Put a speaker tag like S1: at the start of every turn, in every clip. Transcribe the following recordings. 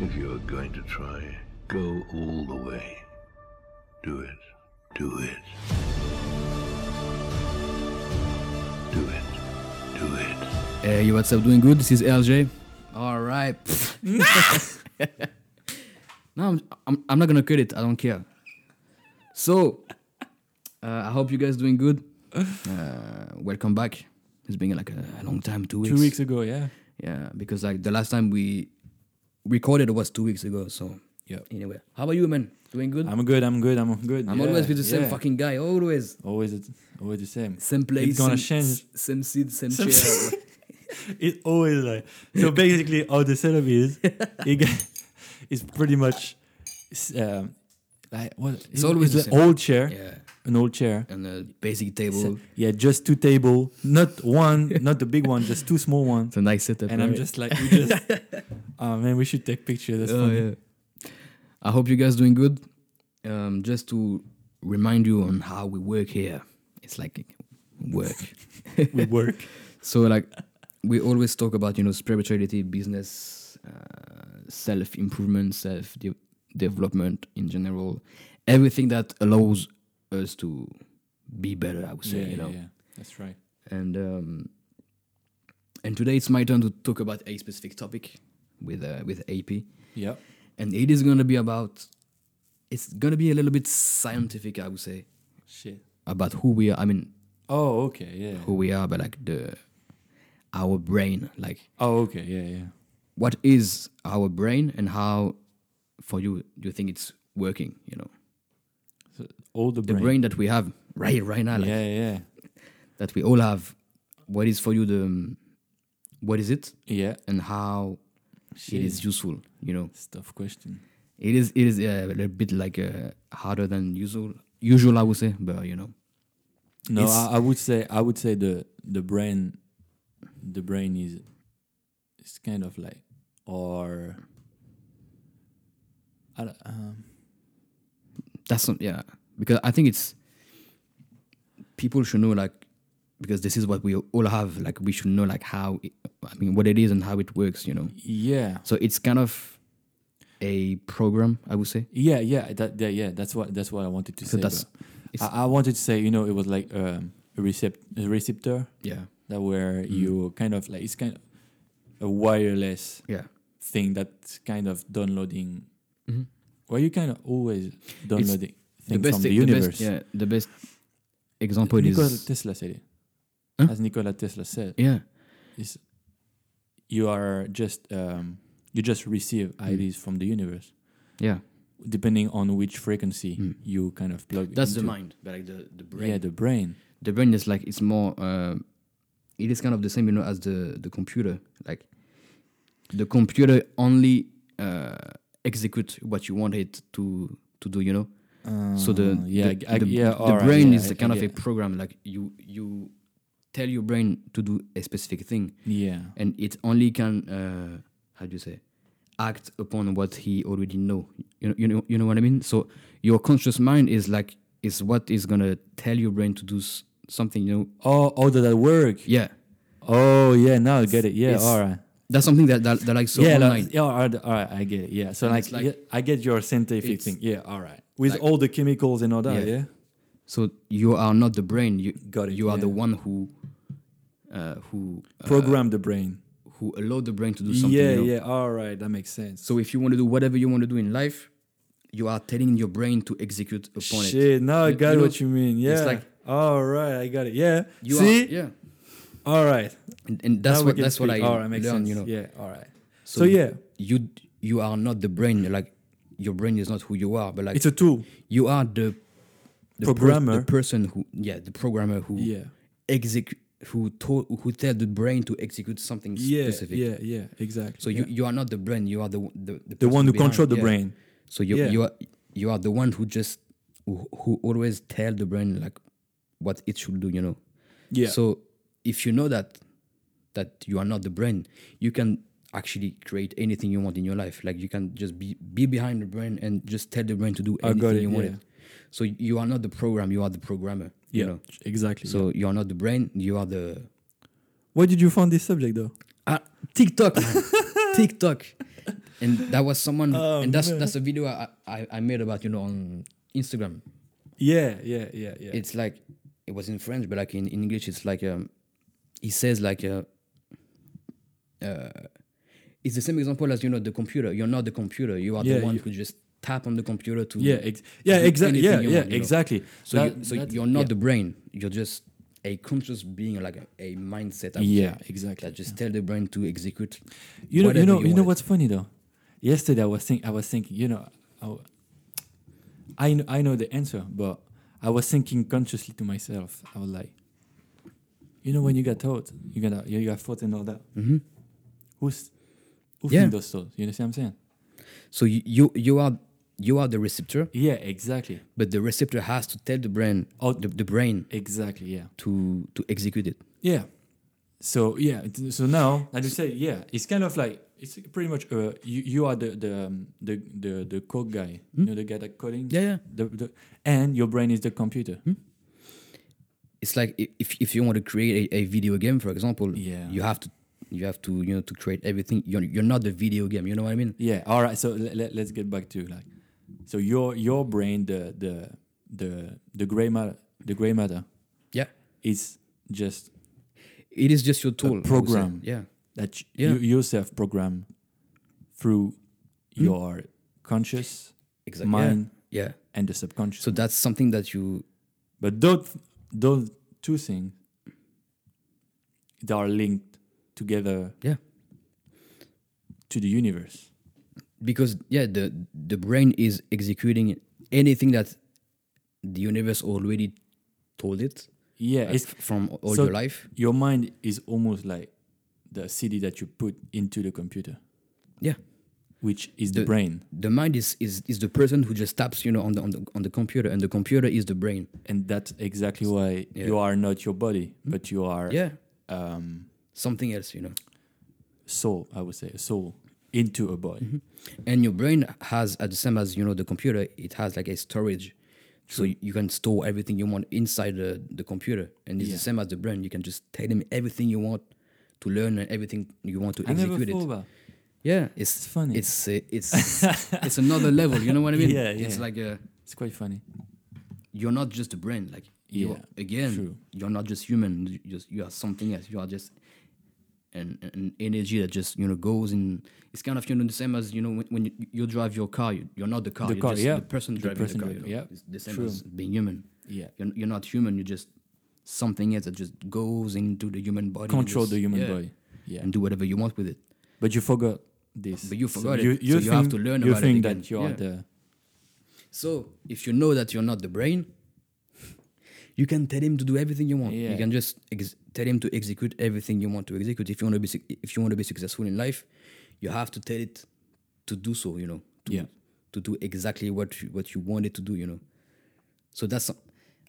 S1: If you're going to try, go all the way. Do it. Do it. Do it. Do it.
S2: Uh, Hey, you what's up? Doing good? This is LJ. All right. no, I'm, I'm, I'm not gonna cut it. I don't care. So, uh, I hope you guys doing good. Uh, welcome back. It's been like a, a long time, two weeks.
S3: Two weeks ago, yeah.
S2: Yeah, because like the last time we recorded was two weeks ago. So,
S3: Yeah.
S2: anyway, how about you, man? Doing good?
S3: I'm good, I'm good, I'm good.
S2: I'm
S3: yeah,
S2: always with the same
S3: yeah.
S2: fucking guy. Always
S3: Always, it's always the same.
S2: same place.
S3: It's gonna
S2: same,
S3: change.
S2: s- Same seat, same,
S3: Same
S2: chair.
S3: It's always like. So basically, how the setup is, it get- it's pretty much. s- Um, like, what, it's
S2: always
S3: it's
S2: the
S3: an
S2: same.
S3: old chair,
S2: yeah,
S3: an old chair.
S2: and a basic table.
S3: So- yeah, just two table, not one, not the big one, just two small ones.
S2: it's a nice setup.
S3: And I'm
S2: right?
S3: just like, we just, oh man, we should take pictures. That's
S2: Oh,
S3: funny.
S2: yeah. I hope you guys doing good. Um, just to remind you on how we work here, it's like work.
S3: We work.
S2: so like we always talk about you know spirituality, business, uh, self improvement, self de- development in general, everything that allows us to be better. I would say
S3: yeah,
S2: you
S3: yeah,
S2: know
S3: yeah, that's right.
S2: and um, and today it's my turn to talk about a specific topic with uh, with AP
S3: Yeah,
S2: and it is gonna be about it's gonna be a little bit scientific i would say
S3: shit.
S2: about who we are i mean
S3: Oh, okay, yeah.
S2: who we are but like the our brain like
S3: Oh, okay, yeah, yeah.
S2: what is our brain and how for you do you think it's working you know
S3: So all the
S2: the
S3: brain.
S2: brain, that we have right right now like,
S3: yeah, yeah,
S2: that we all have what is for you the um, what is it
S3: yeah.
S2: and how
S3: Shit.
S2: it is useful you know
S3: It's a tough question.
S2: it is it is uh, a little bit like uh, harder than usual usual i would say but you know
S3: No,
S2: It's-
S3: I, I would say I would say the the brain, the brain is, it's kind of like or. I don't, um,
S2: that's some yeah because i think it's people should know like because this is what we all have like we should know like how it, i mean what it is and how it works you know
S3: yeah,
S2: so it's kind of a program i would say
S3: yeah, yeah. That, that yeah, that's what that's what I wanted to
S2: so
S3: say.
S2: that's
S3: but
S2: it's-
S3: I, I wanted to say you know it was like um, a recept a receptor
S2: yeah
S3: that where
S2: Mm.
S3: you kind of like it's kind of a wireless
S2: yeah
S3: thing that's kind of downloading.
S2: Mhm.
S3: Well, you kind of always
S2: the
S3: downloading things
S2: best
S3: from
S2: thing-
S3: the
S2: the best
S3: universe.
S2: yeah the best example
S3: Nikola
S2: is
S3: Tesla said it.
S2: Huh?
S3: As Nikola Tesla said,
S2: yeah
S3: is you are just um, you just receive
S2: Hmm.
S3: ideas from the universe,
S2: yeah
S3: depending on which frequency you kind of plug.
S2: Hmm. that's the
S3: into.
S2: mind but like the, the brain
S3: Yeah, the brain.
S2: the brain is like it's more uh, it is kind of the same you know as the the computer like the computer only uh, executes what you want it to to do you know so the
S3: Uh, yeah,
S2: the,
S3: I- I-
S2: the-
S3: yeah,
S2: the
S3: alright,
S2: brain
S3: yeah,
S2: is
S3: I-
S2: the kind
S3: I
S2: of a
S3: get-
S2: program like you you tell your brain to do a specific thing
S3: yeah,
S2: and it only can uh, how do you say act upon what he already know you know you know, you know what i mean so your conscious mind is like is what is going to tell your brain to do s- something you know
S3: oh, oh, did that work?
S2: yeah
S3: Oh, yeah, now I get it. Yeah,
S2: It's-
S3: all right.
S2: that's something that that, that like so
S3: yeah,
S2: online
S3: like, yeah, all right, all right, I get it. Yeah, so
S2: And
S3: like,
S2: it's like-
S3: yeah, I get your scientific
S2: It's-
S3: thing. Yeah, all right, with
S2: like-
S3: all the chemicals and all that.
S2: Yeah.
S3: Yeah,
S2: so you are not the brain you
S3: Got it,
S2: you are the
S3: yeah.
S2: one who uh, who
S3: program the brain.
S2: who allow the brain to do something
S3: Yeah,
S2: you know?
S3: yeah, all right, that makes sense.
S2: so if you want to do whatever you want to do in life you are telling your brain to execute upon it
S3: Shit, now I
S2: You-
S3: got
S2: you know,
S3: what you mean. Yeah.
S2: like-
S3: all right, I got it. Yeah.
S2: you
S3: See?
S2: are yeah
S3: All right.
S2: and, and that's
S3: Now we
S2: what
S3: can
S2: that's what i
S3: speak. All right,
S2: learned
S3: makes sense.
S2: you know
S3: Yeah, all right. So,
S2: So you-
S3: yeah,
S2: you you are not the brain you're like your brain is not who you are but like
S3: it's a tool.
S2: you are the, the per-
S3: Programmer.
S2: the person who yeah the programmer who
S3: Yeah.
S2: execute who told who tell the brain to execute something
S3: Yeah,
S2: specific
S3: yeah, yeah, exactly.
S2: so
S3: yeah.
S2: you you are not the brain you are the the, the,
S3: the
S2: person
S3: one who
S2: behind,
S3: control the
S2: yeah.
S3: brain.
S2: so you
S3: Yeah.
S2: you are you are the one who just who, who always tell the brain like what it should do you know
S3: Yeah.
S2: so if you know that that you are not the brain, you can actually create anything you want in your life. Like you can just be be behind the brain and just tell the brain to do
S3: I
S2: anything
S3: got it,
S2: you want
S3: yeah.
S2: it. So you are not the program, you are the programmer.
S3: yeah,
S2: You know.
S3: exactly.
S2: So you are not the brain, you are the
S3: where did you find this subject though?
S2: Ah, TikTok, man. TikTok. and that was someone,
S3: Oh,
S2: and that's
S3: man.
S2: that's a video I, I I made about you know on Instagram.
S3: Yeah, yeah, yeah, yeah.
S2: It's like it was in French, but like in, in English, it's like um, he says like uh, uh, it's the same example as you know the computer. You're not the computer. You are
S3: Yeah,
S2: the one
S3: you-
S2: who just tap on the computer to
S3: yeah, ex- yeah,
S2: do
S3: exactly. Yeah,
S2: anything you
S3: yeah,
S2: want, you know.
S3: exactly.
S2: So,
S3: That-
S2: you, so
S3: that's-
S2: you're not the brain. You're just a conscious being, like a, a mindset. I would
S3: Yeah,
S2: say,
S3: exactly.
S2: That just tell the brain to execute.
S3: You know, you
S2: whatever
S3: know, you, know
S2: want.
S3: what's funny though. Yesterday I was think I was thinking, you know, I w- I, kn- I know the answer, but I was thinking consciously to myself. I was like, you know, when you got taught, you got you got thought and all that.
S2: Mhm.
S3: Who's who
S2: Yeah.
S3: think those thoughts? You know what I'm saying?
S2: So you, you you are you are the receptor,
S3: Yeah, exactly,
S2: but the receptor has to tell the brain
S3: Oh.
S2: the, the brain
S3: exactly. Yeah,
S2: to to execute it.
S3: yeah. So yeah, t- so now as you say, yeah, it's kind of like it's pretty much uh, you you are the the um, the the, the code guy, you know, the guy that coding.
S2: yeah.
S3: the, the, and your brain is the computer.
S2: It's like i- if if you want to create a, a video game, for example,
S3: Yeah.
S2: you have to you have to you know to create everything. You're you're not the video game. You know what I mean?
S3: Yeah. All right. So let, let, us get back to like, so your your brain, the the the the gray matter, the gray matter
S2: Yeah.
S3: is just
S2: It is just your tool. I would say.
S3: program.
S2: Yeah.
S3: that
S2: Yeah.
S3: you yourself program through your conscious
S2: Exactly.
S3: mind
S2: Yeah. yeah.
S3: and the subconscious.
S2: So that's something that you
S3: but those those two things they are linked together.
S2: Yeah.
S3: To the universe.
S2: because yeah the the brain is executing anything that the universe already told it
S3: Yeah.
S2: like,
S3: It's
S2: from all
S3: so-
S2: your life
S3: your mind is almost like the CD that you put into the computer,
S2: yeah
S3: which is the,
S2: The-
S3: brain,
S2: the mind is, is is the person who just taps you know on the on the, on the computer and the computer is the brain
S3: and that's exactly why
S2: Yeah.
S3: you are not your body, but you are
S2: yeah
S3: um,
S2: something else you know
S3: soul. I would say a soul into a body.
S2: Mm-hmm. and your brain has at the same as you know the computer it has like a storage so you- you can store everything you want inside the, the computer and it's the
S3: Yeah.
S2: same as the brain you can just tell him everything you want to learn and everything you want to
S3: I never
S2: execute
S3: thought
S2: it
S3: about.
S2: Yeah, it's,
S3: It's funny.
S2: It's uh, it's it's another level. You know what I mean?
S3: Yeah,
S2: It's
S3: yeah.
S2: like a,
S3: It's quite funny.
S2: you're not just a brain. Like you
S3: Yeah,
S2: again,
S3: true.
S2: you're not just human. You just you are something else. You are just an, an energy that just you know goes in. It's kind of you know the same as you know when, when you, you drive your car. You, you're not the car.
S3: The
S2: you're
S3: car,
S2: just
S3: yeah.
S2: the person
S3: The
S2: driving the,
S3: person
S2: car.
S3: driving,
S2: you know?
S3: yeah.
S2: it's the same
S3: True.
S2: as being human.
S3: Yeah,
S2: You're, you're not human. You're just something else that just goes into the human body. and
S3: control
S2: just-
S3: the human
S2: yeah,
S3: body. Yeah,
S2: and do whatever you want with it.
S3: but you forgot this.
S2: But you forgot it,
S3: You,
S2: so you have to learn
S3: you
S2: about it
S3: think
S2: again.
S3: that you are
S2: Yeah.
S3: the
S2: So if you know that you're not the brain, you can tell him to do everything you want.
S3: Yeah.
S2: You can just ex- tell him to execute everything you want to execute. If you want to be suc if you want to be successful in life, you have to tell it to do so. You know, to,
S3: Yeah.
S2: to do exactly what you, what you want it to do. You know, so that's. some-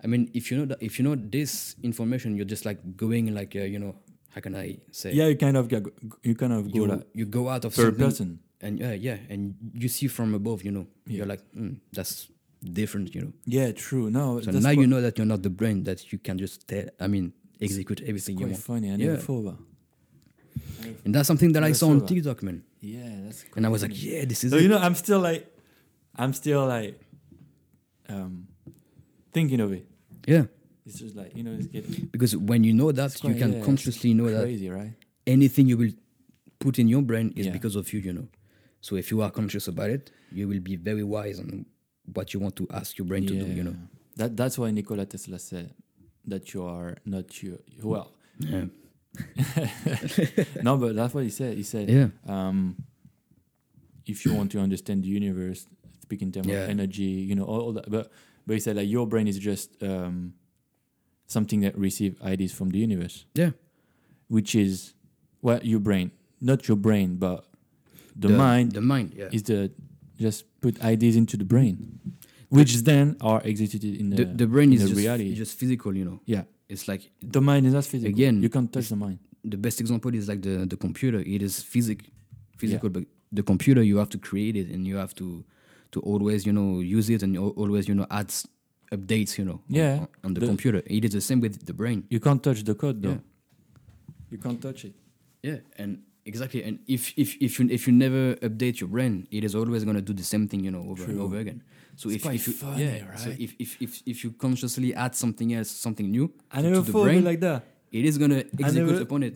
S2: I mean, if you know that, if you know this information, you're just like going like uh, you know how can I say?
S3: yeah. You kind of get, you kind of go
S2: you,
S3: like
S2: you go out of
S3: third
S2: something
S3: person.
S2: and yeah, yeah, and you see from above. You know,
S3: Yeah.
S2: you're like mm, that's different. You know.
S3: Yeah, true. No,
S2: So
S3: that's
S2: now
S3: quite-
S2: you know that you're not the brain, that you can just tell, I mean, execute everything you
S3: quite
S2: want.
S3: funny. I
S2: Yeah.
S3: never thought about.
S2: And that's something that I
S3: That's
S2: saw on
S3: all.
S2: TikTok, man.
S3: Yeah, that's.
S2: And I was
S3: crazy.
S2: like, yeah, this is
S3: so
S2: it.
S3: you know, I'm still like, I'm still like, um, thinking of it.
S2: yeah.
S3: It's just like you know, it's getting
S2: Because when you know that, you
S3: quite-
S2: can
S3: yeah, it's
S2: consciously know that
S3: crazy, right?
S2: anything you will put in your brain is
S3: Yeah.
S2: because of you, you know. So if you are conscious about it, you will be very wise on what you want to ask your brain to do, you know.
S3: That that's why Nikola Tesla said that you are not you. Well,
S2: Yeah.
S3: no, but that's what he said. He said,
S2: Yeah.
S3: um, if you want to understand the universe, speak in terms
S2: Yeah.
S3: of energy, you know, all, all that. But but he said like your brain is just um, something that receives ideas from the universe,
S2: Yeah.
S3: which is well your brain, not your brain, but the, mind
S2: The mind, yeah.
S3: is the just put ideas into the brain, which then are executed in the
S2: the, the brain
S3: in
S2: is
S3: the
S2: just,
S3: reality.
S2: just physical, you know.
S3: yeah.
S2: It's like
S3: The mind is not physical.
S2: Again,
S3: you can't touch the mind.
S2: the best example is like the the computer. It is physic, physical, but the computer you have to create it and you have to to always you know use it and al- always you know add s- updates you know on-
S3: Yeah.
S2: on, on the,
S3: The-
S2: computer. It is the same with the brain.
S3: You can't touch the code though.
S2: Yeah.
S3: You can't touch it.
S2: Yeah, and exactly. And if if if you if you never update your brain, it is always gonna do the same thing, you know, over and
S3: True.
S2: over again. So if
S3: It's quite
S2: if you
S3: funny,
S2: yeah, so
S3: right?
S2: if, if if if you consciously add something else, something new
S3: I
S2: to,
S3: never
S2: to the
S3: thought of
S2: brain,
S3: it like that.
S2: it is gonna execute
S3: never-
S2: upon it.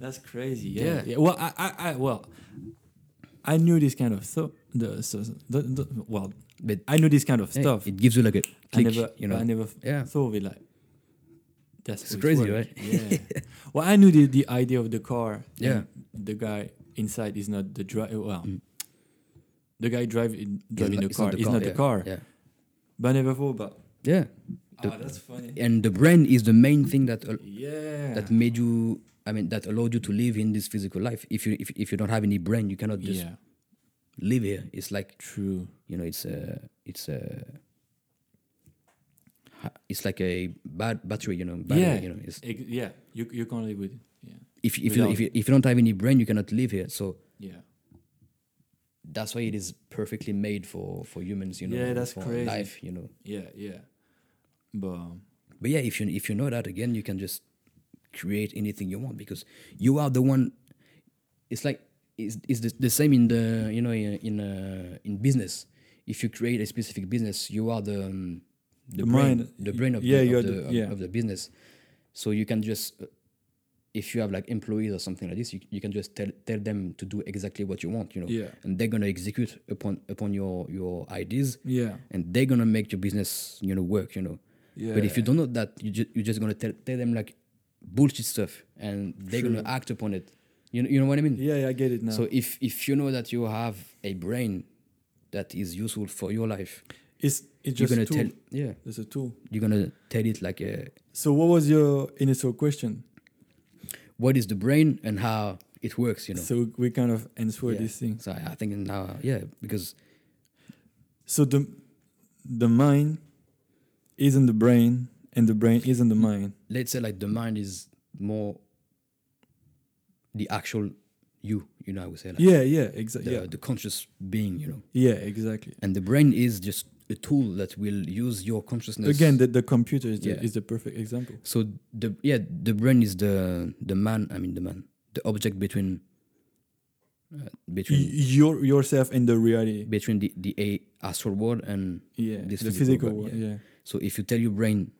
S3: That's crazy. Yeah.
S2: Yeah.
S3: yeah. Well, I, I, I, well, I knew this kind of so the, so the, the well,
S2: But
S3: I knew this kind of
S2: yeah,
S3: stuff.
S2: it gives you like a
S3: I
S2: click,
S3: never,
S2: you know.
S3: I never
S2: yeah,
S3: thought of it like. That's
S2: It's
S3: how it
S2: crazy,
S3: works.
S2: right?
S3: Yeah. well, I knew the, the idea of the car.
S2: Yeah.
S3: and
S2: Mm.
S3: The guy inside is not the driver. Well, the guy driving driving the
S2: It's not
S3: car is not the
S2: yeah,
S3: car.
S2: Yeah,
S3: But I never thought about.
S2: yeah.
S3: Oh,
S2: The-
S3: that's funny.
S2: And the brain is the main thing that al-
S3: Yeah.
S2: that made you. I mean, that allowed you to live in this physical life. If you if, if you don't have any brain, you cannot just
S3: yeah.
S2: live here. It's like
S3: True.
S2: you know, it's a it's a ha- it's like a bad battery, you know. Battery,
S3: yeah.
S2: you know. It's,
S3: Ex- yeah. You you can't live with it. Yeah.
S2: if if you,
S3: Without-
S2: if you if you don't have any brain, you cannot live here. So
S3: Yeah.
S2: that's why it is perfectly made for for humans, you know.
S3: Yeah, that's
S2: for
S3: crazy.
S2: Life, you know.
S3: Yeah, yeah. But um,
S2: But yeah, if you if you know that again, you can just create anything you want because you are the one. It's like it's, it's the, the same in the you know in in, uh, in business. If you create a specific business, you are the um, the,
S3: The
S2: brain,
S3: mind.
S2: the brain of
S3: Yeah,
S2: the,
S3: you
S2: of,
S3: are
S2: the,
S3: the-
S2: of-
S3: yeah.
S2: of the business. So you can just uh, if you have like employees or something like this, you, you can just tell tell them to do exactly what you want, you know,
S3: Yeah.
S2: and they're gonna execute upon upon your your ideas
S3: yeah,
S2: and they're gonna make your business you know work you know but if you
S3: Yeah.
S2: don't know that you ju- you're just gonna tell, tell them like bullshit stuff and they're gonna act upon it you know, you know what i mean
S3: yeah, I get it now.
S2: so
S3: So
S2: if if you know that you have a brain that is useful for your life
S3: it's it's
S2: you're
S3: just
S2: gonna
S3: a tool.
S2: tell yeah
S3: It's a tool.
S2: you're gonna tell it like uh, a,
S3: So what was your initial question?
S2: what is the brain and how it works you know
S3: So we kind of answer
S2: Yeah.
S3: these things.
S2: so I, I think now yeah because
S3: So the the mind isn't the brain, and the brain isn't the mind.
S2: let's say like the mind is more the actual you you know i would say like
S3: Yeah, yeah, exactly.
S2: the,
S3: Yeah.
S2: the conscious being, you know.
S3: yeah, exactly.
S2: And the brain is just a tool that will use your consciousness.
S3: Again, the, the computer is the,
S2: Yeah.
S3: is the perfect example.
S2: so the yeah, the brain is the the man. I mean, the man, the object between uh,
S3: Y-
S2: between
S3: your yourself and the reality.
S2: between the the a astral world and
S3: Yeah,
S2: this
S3: the
S2: physical
S3: physical
S2: world,
S3: world. Yeah.
S2: so if you tell your brain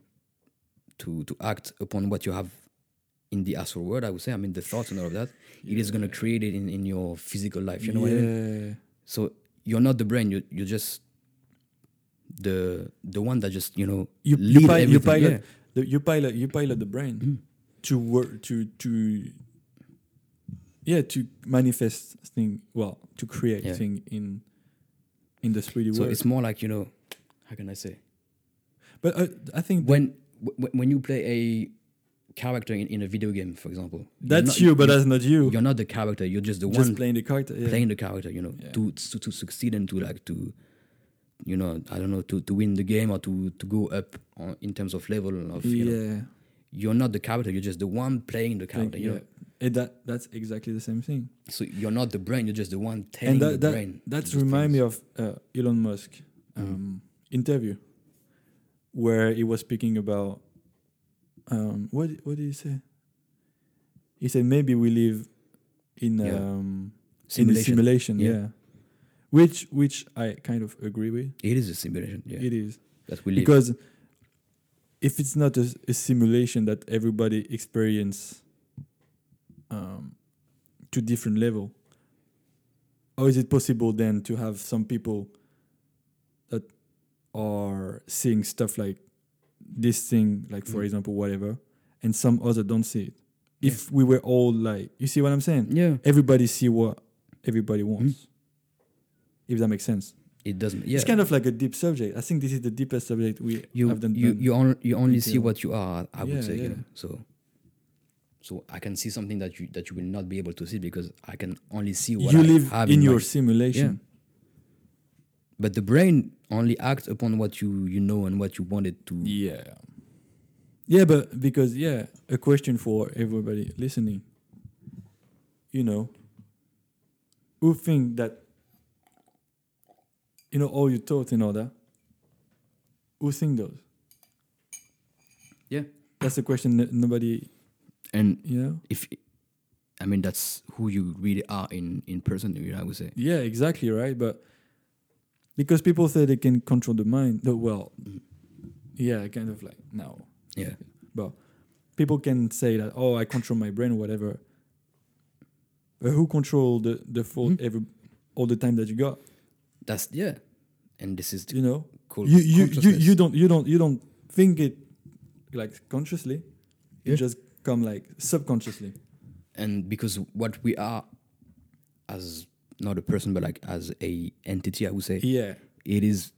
S2: to to act upon what you have in the astral world, I would say, I mean, the thoughts and all of that, it is gonna create it in in your physical life. You know what I mean?
S3: yeah.
S2: So you're not the brain. You you're just the the one that just you know
S3: you,
S2: lead
S3: you, pilot, you
S2: everything.
S3: pilot
S2: Yeah. Mm.
S3: the, you pilot you pilot the brain to work to to yeah to manifest thing well to create
S2: Yeah.
S3: thing in in the 3D
S2: So
S3: world
S2: it's more like you know how can I say
S3: but I, I think
S2: when w- when you play a character in, in a video game, for example. you're
S3: that's
S2: not-
S3: you but
S2: you're,
S3: that's not you
S2: you're not the character. You're just the
S3: just
S2: one
S3: playing the character yeah.
S2: playing the character. You know
S3: Yeah.
S2: to, to to succeed and to like to you know I don't know to, to win the game or to to go up on, in terms of level of you know
S3: yeah
S2: you're not the character. You're just the one playing the
S3: Playing-
S2: character. You know.
S3: yeah. and that that's exactly the same thing
S2: So you're not the brain, you're just the one telling
S3: and that,
S2: the
S3: that
S2: brain.
S3: that's
S2: to do
S3: remind
S2: things. Mm.
S3: me of uh, Elon Musk um, interview where he was speaking about um, what what did he say? He said maybe we live in
S2: Yeah.
S3: um, in a
S2: simulation.
S3: simulation,
S2: Yeah.
S3: yeah. which which I kind of agree with.
S2: It is a simulation, yeah.
S3: It is
S2: that we live.
S3: because if it's not a, s- a simulation that everybody experience um, to different level how is it possible then to have some people that are seeing stuff like this thing like for
S2: Mm.
S3: example whatever and some other don't see it
S2: Yeah.
S3: if we were all like you see what i'm saying
S2: yeah, Mm.
S3: everybody see what everybody wants if that makes sense
S2: it doesn't. Yeah,
S3: it's kind of like a deep subject. I think this is the deepest subject we
S2: you
S3: have done.
S2: you
S3: done.
S2: you, on, you only see
S3: until-
S2: what you are. I would
S3: Yeah,
S2: say, you
S3: yeah.
S2: know. So, so I can see something that you that you will not be able to see because I can only see what
S3: You
S2: I
S3: live
S2: have
S3: in
S2: my-
S3: your simulation.
S2: But the brain only acts upon what you you know and what you wanted to.
S3: Yeah. yeah. but because yeah, a question for everybody listening. You know, who think that you know all your thoughts and all that? Who think those?
S2: Yeah,
S3: That's a question that nobody
S2: and
S3: you know.
S2: if I mean, that's who you really are in in person. you know, I would say.
S3: Yeah, exactly, right? But because people say they can control the mind, the well, yeah, kind of like no.
S2: Yeah.
S3: But people can say that, oh, I control my brain or whatever. But who control the the thought
S2: Mhm.
S3: every all the time that you got?
S2: That's yeah, and this is the
S3: You know,
S2: cool.
S3: you you, you
S2: consciousness.
S3: you don't you don't you don't think it like consciously. It
S2: Yeah.
S3: just come like subconsciously.
S2: and because what we are as not a person but like as a entity i would say
S3: Yeah,
S2: it is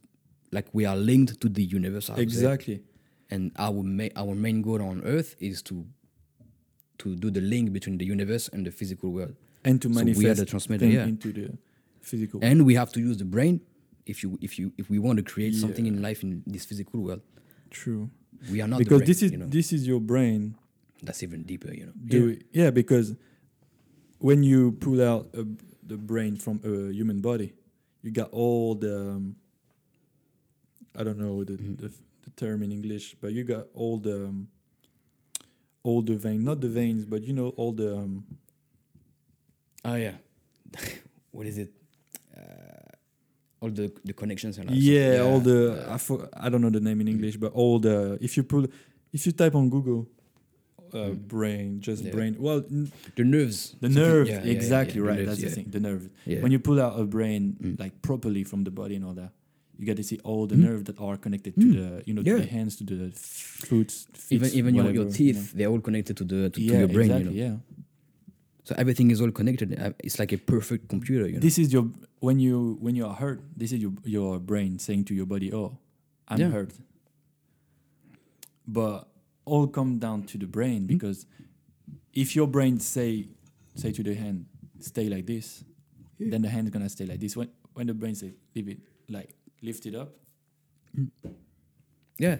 S2: like we are linked to the universe I would say.
S3: exactly.
S2: and our main our main goal on earth is to to do the link between the universe and the physical world
S3: And to
S2: So we are
S3: manifest
S2: the transmitter,
S3: thing
S2: yeah.
S3: into the physical.
S2: and we have to use the brain if you if you if we want to create something
S3: Yeah.
S2: in life in this physical world
S3: True.
S2: we are not the
S3: because
S2: brain,
S3: this is
S2: you know?
S3: this is your brain
S2: that's even deeper you know
S3: do yeah. because when you pull out a, the brain from a human body you got all the um, i don't know the,
S2: Mhm.
S3: the, the term in english but you got all the um, all the veins not the veins but you know all the um,
S2: oh yeah what is it uh, all the the connections and all that stuff.
S3: yeah, all the
S2: yeah. Mm-hmm.
S3: I, for, I don't know the name in english but all the if you pull if you type on google uh,
S2: Mm.
S3: brain just
S2: Yeah.
S3: brain well n-
S2: the nerves
S3: the
S2: Something-
S3: nerve
S2: yeah, yeah, yeah,
S3: exactly
S2: yeah,
S3: right
S2: nerves,
S3: that's
S2: yeah.
S3: the thing the nerve
S2: Yeah.
S3: when you pull out a brain
S2: Mm.
S3: like properly from the body and all that you get to see all the
S2: Mm.
S3: nerves that are connected to
S2: Mm.
S3: the you know
S2: Yeah.
S3: to the hands to the foot
S2: even
S3: feet,
S2: even your, your
S3: whatever,
S2: teeth they're all connected to the to, to
S3: you know. yeah
S2: your brain
S3: exactly,
S2: you know
S3: yeah
S2: so everything is all connected Uh, it's like a perfect computer you know
S3: this is your when you when you are hurt this is your your brain saying to your body oh i'm
S2: Yeah.
S3: hurt but all come down to the brain
S2: Mm.
S3: because if your brain say say to the hand stay like this
S2: Yeah.
S3: then the hand's gonna stay like this when when the brain say leave it like lift it up
S2: yeah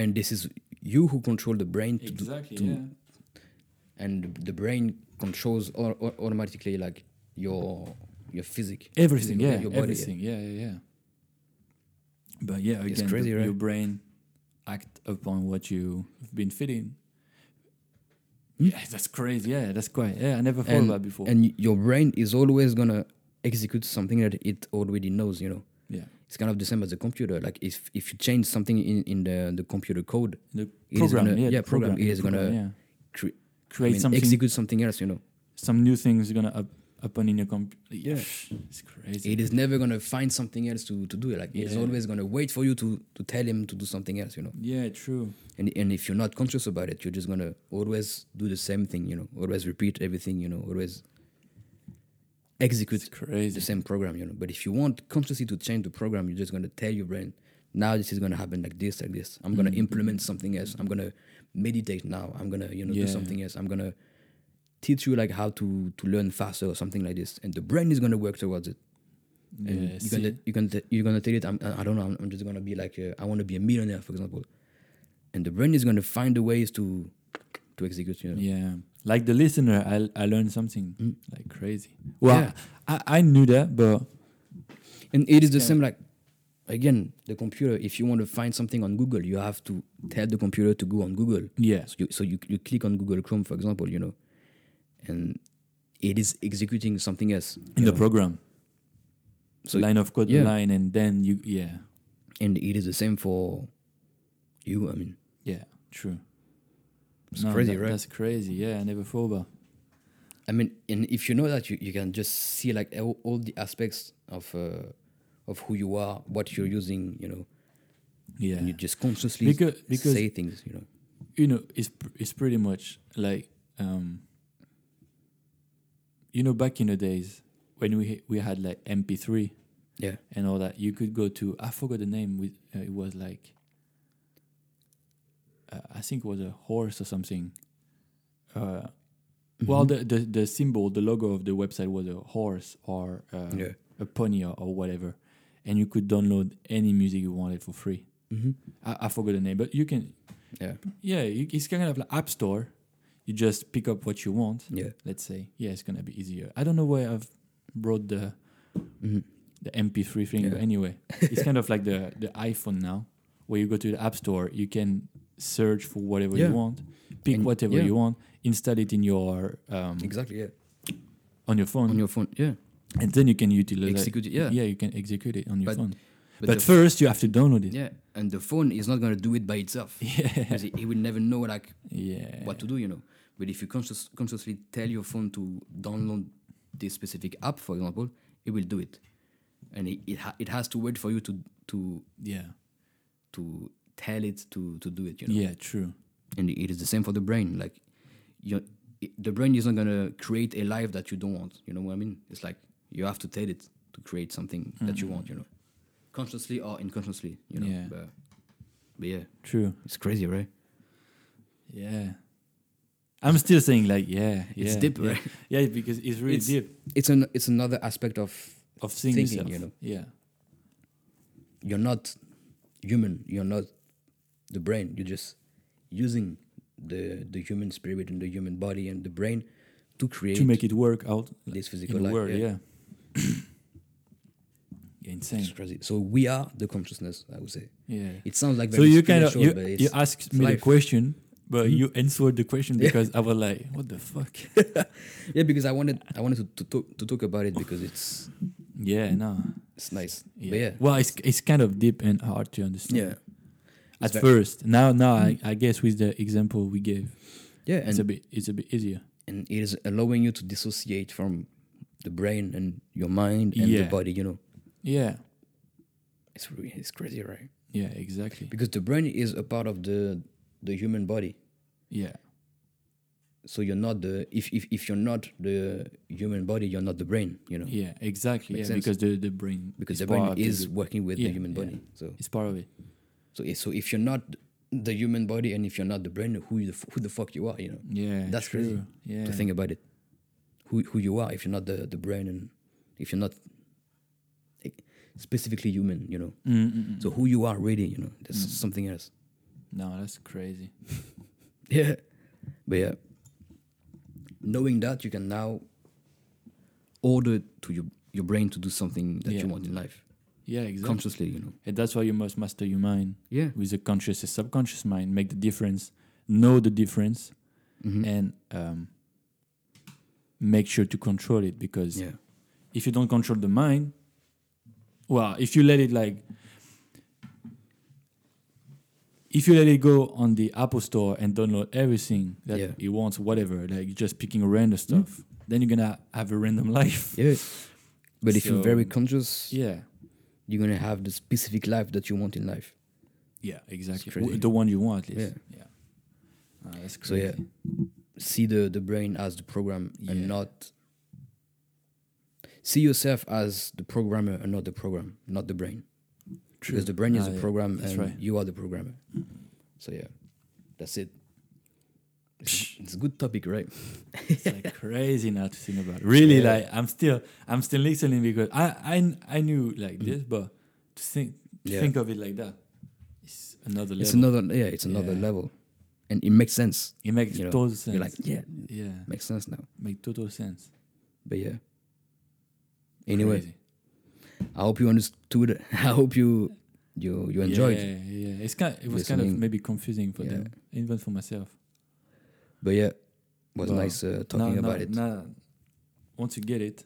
S2: and this is you who control the brain to, do-
S3: exactly
S2: to-
S3: yeah
S2: and the brain controls au- au- automatically like your your physic
S3: everything
S2: physical-
S3: yeah
S2: your body,
S3: everything yeah yeah yeah but yeah again
S2: It's
S3: the-
S2: crazy, right?
S3: your brain act upon what you've been feeding
S2: Hmm?
S3: yeah that's crazy yeah that's quite yeah i never thought
S2: And-
S3: about before
S2: and y- your brain is always gonna execute something that it already knows you know
S3: yeah
S2: it's kind of the same as the computer like if if you change something in in the the computer code
S3: the
S2: is
S3: program
S2: gonna-
S3: yeah,
S2: yeah,
S3: the
S2: program, it is
S3: program,
S2: gonna
S3: yeah.
S2: cre- I
S3: create
S2: mean,
S3: something
S2: execute something else you know
S3: some new things gonna up upon in your comp yeah it's crazy
S2: it is never gonna find something else to, to do it. Like it's
S3: Yeah.
S2: always gonna wait for you to, to tell him to do something else, you know.
S3: yeah true
S2: And and if you're not conscious about it, you're just gonna always do the same thing, you know. Always repeat everything, you know. Always
S3: it's
S2: execute the
S3: crazy
S2: same program, you know. But if you want consciously to change the program, you're just gonna tell your brain, now this is gonna happen like this, like this. I'm gonna
S3: Mm.
S2: implement something else. I'm gonna meditate now. I'm gonna you know do
S3: Yeah.
S2: something else. I'm gonna teach you like how to to learn faster or something like this. And the brain is gonna work towards it and
S3: yeah,
S2: you're gonna
S3: see?
S2: you're gonna t- you're gonna tell it I'm, I don't know I'm, I'm just gonna be like uh, I want to be a millionaire for example and the brain is gonna find the ways to to execute you know
S3: Yeah, like the listener, I I learned something
S2: Mm.
S3: like crazy.
S2: Yeah.
S3: Well, I I knew that, but
S2: and it is the
S3: Yeah.
S2: same like again the computer if you want to find something on Google you have to tell the computer to go on Google
S3: yeah,
S2: so you, so you, you click on Google Chrome for example you know and it is executing something else you
S3: in the
S2: know.
S3: program,
S2: So-
S3: line of code,
S2: yeah.
S3: line, and then you yeah
S2: and it is the same for you I mean
S3: yeah true.
S2: It's crazy, right?
S3: That's crazy. Yeah, I never thought about.
S2: I mean, and if you know that, you, you can just see like all, all the aspects of uh, of who you are, what you're using, you know,
S3: Yeah,
S2: and you just consciously
S3: because because
S2: say things, you know.
S3: you know it's pr- it's pretty much like um you know back in the days when we we had like MP3
S2: Yeah,
S3: and all that. You could go to I forgot the name. With uh, it was like uh, I think it was a horse or something. Uh,
S2: Mm-hmm.
S3: Well, the, the the symbol, the logo of the website was a horse or uh,
S2: Yeah.
S3: a pony or, or whatever, and you could download any music you wanted for free.
S2: mm-hmm.
S3: I, I forgot the name, but you can
S2: yeah,
S3: yeah, you, it's kind of like App Store. You just pick up what you want.
S2: yeah.
S3: Let's say yeah, it's gonna be easier. I don't know why I've brought the
S2: hmm
S3: the MP3 thing. But
S2: Yeah.
S3: anyway, it's kind of like the the iPhone now, where you go to the App Store, you can search for whatever
S2: Yeah.
S3: you want, pick
S2: And-
S3: whatever
S2: yeah.
S3: you want. install it in your um,
S2: Exactly. Yeah.
S3: on your phone,
S2: On your phone. Yeah.
S3: and then you can utilize
S2: Execute it, yeah.
S3: yeah, you can execute it on your
S2: But-
S3: phone. But,
S2: the-
S3: first, you have to download it.
S2: Yeah, and the phone is not gonna do it by itself.
S3: Yeah,
S2: 'Cause It, it will never know like
S3: yeah.
S2: what to do, you know. But if you conscious, consciously tell your phone to download this specific app, for example, it will do it, and it it, ha- it has to wait for you to to
S3: Yeah,
S2: to tell it to to do it, you know.
S3: yeah, true.
S2: And it is the same for the brain. Like, you it- the brain is not gonna create a life that you don't want. You know what I mean? It's like you have to tell it to create something that you want, you know, consciously or unconsciously, you know.
S3: Mm. Yeah.
S2: But, but yeah,
S3: True.
S2: it's crazy, right?
S3: Yeah. I'm still saying like yeah, yeah.
S2: it's deep,
S3: yeah.
S2: right?
S3: Yeah, because it's really
S2: It's-
S3: deep
S2: It's an it's another aspect of
S3: of seeing
S2: thinking,
S3: yourself.
S2: you know.
S3: Yeah.
S2: you're not human. You're not the brain. You're just using the the human spirit and the human body and the brain to create
S3: To make it work out like,
S2: this physical
S3: in the
S2: life.
S3: world,
S2: yeah.
S3: yeah. Yeah,
S2: It's
S3: Insane.
S2: crazy. So we are the consciousness. I would say
S3: Yeah.
S2: it sounds like
S3: So
S2: very
S3: you kind of
S2: spiritual,
S3: you,
S2: but it's,
S3: you asked me the
S2: life. Hmm?
S3: question, but you answered the question because I was like, what the fuck?
S2: yeah, because I wanted I wanted to, to talk to talk about it because it's
S3: yeah, no.
S2: it's nice.
S3: Yeah.
S2: But yeah,
S3: Well, it's it's kind of deep and hard to understand.
S2: yeah,
S3: At
S2: very-
S3: first, now now I, I guess with the example we gave,
S2: yeah,
S3: it's
S2: and
S3: a bit it's a bit easier.
S2: and it is allowing you to dissociate from the brain and your mind and the
S3: Yeah.
S2: body. You know,
S3: Yeah.
S2: it's really, it's crazy, right?
S3: Yeah. Exactly.
S2: because the brain is a part of the the human body
S3: Yeah.
S2: so you're not the if if, if you're not the human body you're not the brain you know
S3: Yeah, exactly.
S2: Makes
S3: yeah,
S2: sense.
S3: because the, the brain
S2: because
S3: is
S2: the
S3: part
S2: brain
S3: of
S2: is
S3: the,
S2: working with
S3: yeah,
S2: the human
S3: yeah.
S2: body so
S3: it's part of it.
S2: so if- so if you're not the human body and if you're not the brain who the, f- who the fuck you are you know
S3: Yeah,
S2: That's
S3: true.
S2: crazy
S3: Yeah,
S2: to think about it who who you are if you're not the the brain and if you're not eh, specifically human you know
S3: Mm, mm, mm.
S2: so who you are really you know that's something else
S3: no, that's crazy.
S2: Yeah. But yeah. Knowing that you can now order to your your brain to do something that
S3: Yeah.
S2: you want in life.
S3: Yeah, exactly.
S2: Consciously, you know.
S3: and that's why you must master your mind
S2: Yeah.
S3: with a conscious and subconscious mind. Make the difference, know the difference,
S2: Mhm.
S3: and um, make sure to control it. Because
S2: Yeah.
S3: if you don't control the mind, well, if you let it like, if you let it go on the Apple Store and download everything that
S2: Yeah. Mm.
S3: it wants, whatever, like just picking random stuff, then you're gonna have a random life.
S2: Yeah. But if you're very
S3: So-
S2: conscious,
S3: Yeah,
S2: you're gonna have the specific life that you want in life.
S3: yeah, exactly.
S2: crazy.
S3: W- The one you want, at least. Yeah, Ah, that's
S2: So, yeah.
S3: crazy.
S2: See the, the brain as the program
S3: Yeah.
S2: and not see yourself as the programmer and not the program, not the brain.
S3: True.
S2: Because the brain is
S3: Ah,
S2: the
S3: yeah,
S2: program
S3: that's
S2: and
S3: right.
S2: you are the programmer. So yeah. That's it. It's, it's a good topic, right?
S3: it's like crazy now to think about. Really,
S2: Yeah.
S3: like I'm still, I'm still listening because I, I, I knew like this, but to think, to
S2: Mm. Yeah.
S3: think of it like that, it's another level.
S2: It's another yeah, it's another
S3: Yeah.
S2: level. And it makes sense.
S3: it makes
S2: you know,
S3: total sense.
S2: You're like, yeah,
S3: yeah,
S2: makes sense now.
S3: make total sense.
S2: But yeah. Anyway,
S3: Crazy.
S2: I hope you understood. I hope you you you enjoyed.
S3: Yeah, yeah, yeah. It's kind, it was kind of
S2: Listening.
S3: maybe confusing for
S2: Yeah.
S3: them, even for myself.
S2: But yeah, was
S3: Well,
S2: nice uh, talking
S3: now,
S2: about
S3: now,
S2: it.
S3: Now, once you get it,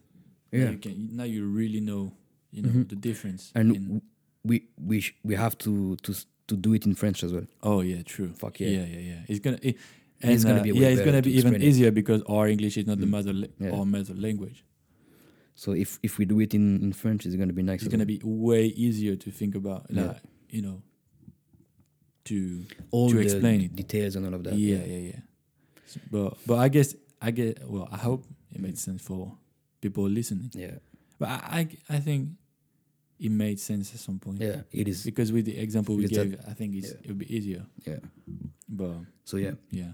S3: now
S2: yeah. Mm-hmm.
S3: you can. Now you really know, you know, the difference.
S2: And
S3: in-
S2: w- we we sh- we have to to s- to do it in French as well.
S3: Oh yeah, true.
S2: Fuck yeah.
S3: yeah, yeah, yeah. It's gonna, it,
S2: And it's
S3: and,
S2: gonna
S3: uh,
S2: be way
S3: yeah, it's
S2: better
S3: gonna
S2: to
S3: be even
S2: explain it. Mm.
S3: easier because our English is not the mother la-
S2: Yeah.
S3: our mother language.
S2: So if if we do it in in French, it's gonna be nice.
S3: It's gonna be way easier to think about, like,
S2: Yeah.
S3: you know, to
S2: all
S3: to
S2: the
S3: explain it.
S2: details and all of that.
S3: yeah, yeah, yeah. S- But but I guess I get well. I hope it made sense for people listening.
S2: yeah,
S3: But I I, I think it made sense at some point.
S2: yeah. It is.
S3: Because with the example we
S2: Because that-
S3: gave, I think it's,
S2: yeah.
S3: it'll be easier.
S2: Yeah.
S3: But
S2: So yeah.
S3: yeah,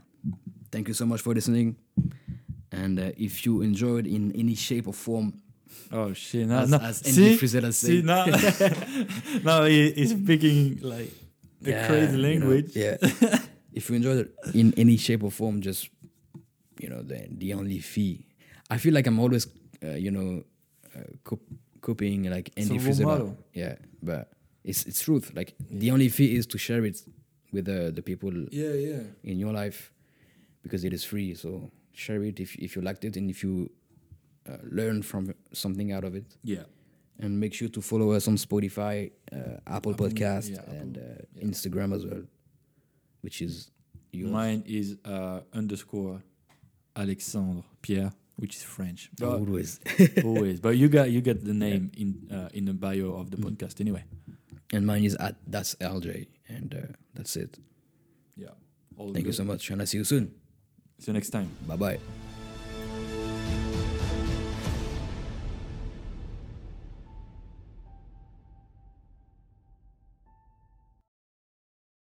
S2: Thank you so much for listening. And uh, if you enjoyed in any shape or form,
S3: oh shit, no,
S2: as,
S3: no.
S2: as Andy
S3: see,
S2: Frisella said,
S3: See now, now he, he's speaking like a
S2: Yeah,
S3: crazy
S2: you know,
S3: language.
S2: yeah. if you enjoyed it in any shape or form, just you know the the only fee. I feel like I'm always uh, you know uh, cop- copying like
S3: It's a
S2: Andy
S3: role
S2: Frisella.
S3: model.
S2: Yeah, but it's it's truth. Like the only fee is to share it with uh, the people
S3: yeah, yeah,
S2: in your life because it is free. So share it if if you liked it and if you uh, learn from something out of it.
S3: Yeah.
S2: And make sure to follow us on Spotify, uh, Apple,
S3: Apple,
S2: Podcast,
S3: yeah, Apple,
S2: and uh, Instagram as well, which is yours.
S3: Mine is uh, underscore Alexandre Pierre, which is French. But
S2: always.
S3: always. But you got you get the name in uh, in the bio of the
S2: Mm-hmm.
S3: podcast anyway.
S2: and mine is at that's LJ, and uh, that's it.
S3: Yeah. All
S2: Thank you
S3: good.
S2: so much, and I see you soon.
S3: See you next time.
S2: Bye bye.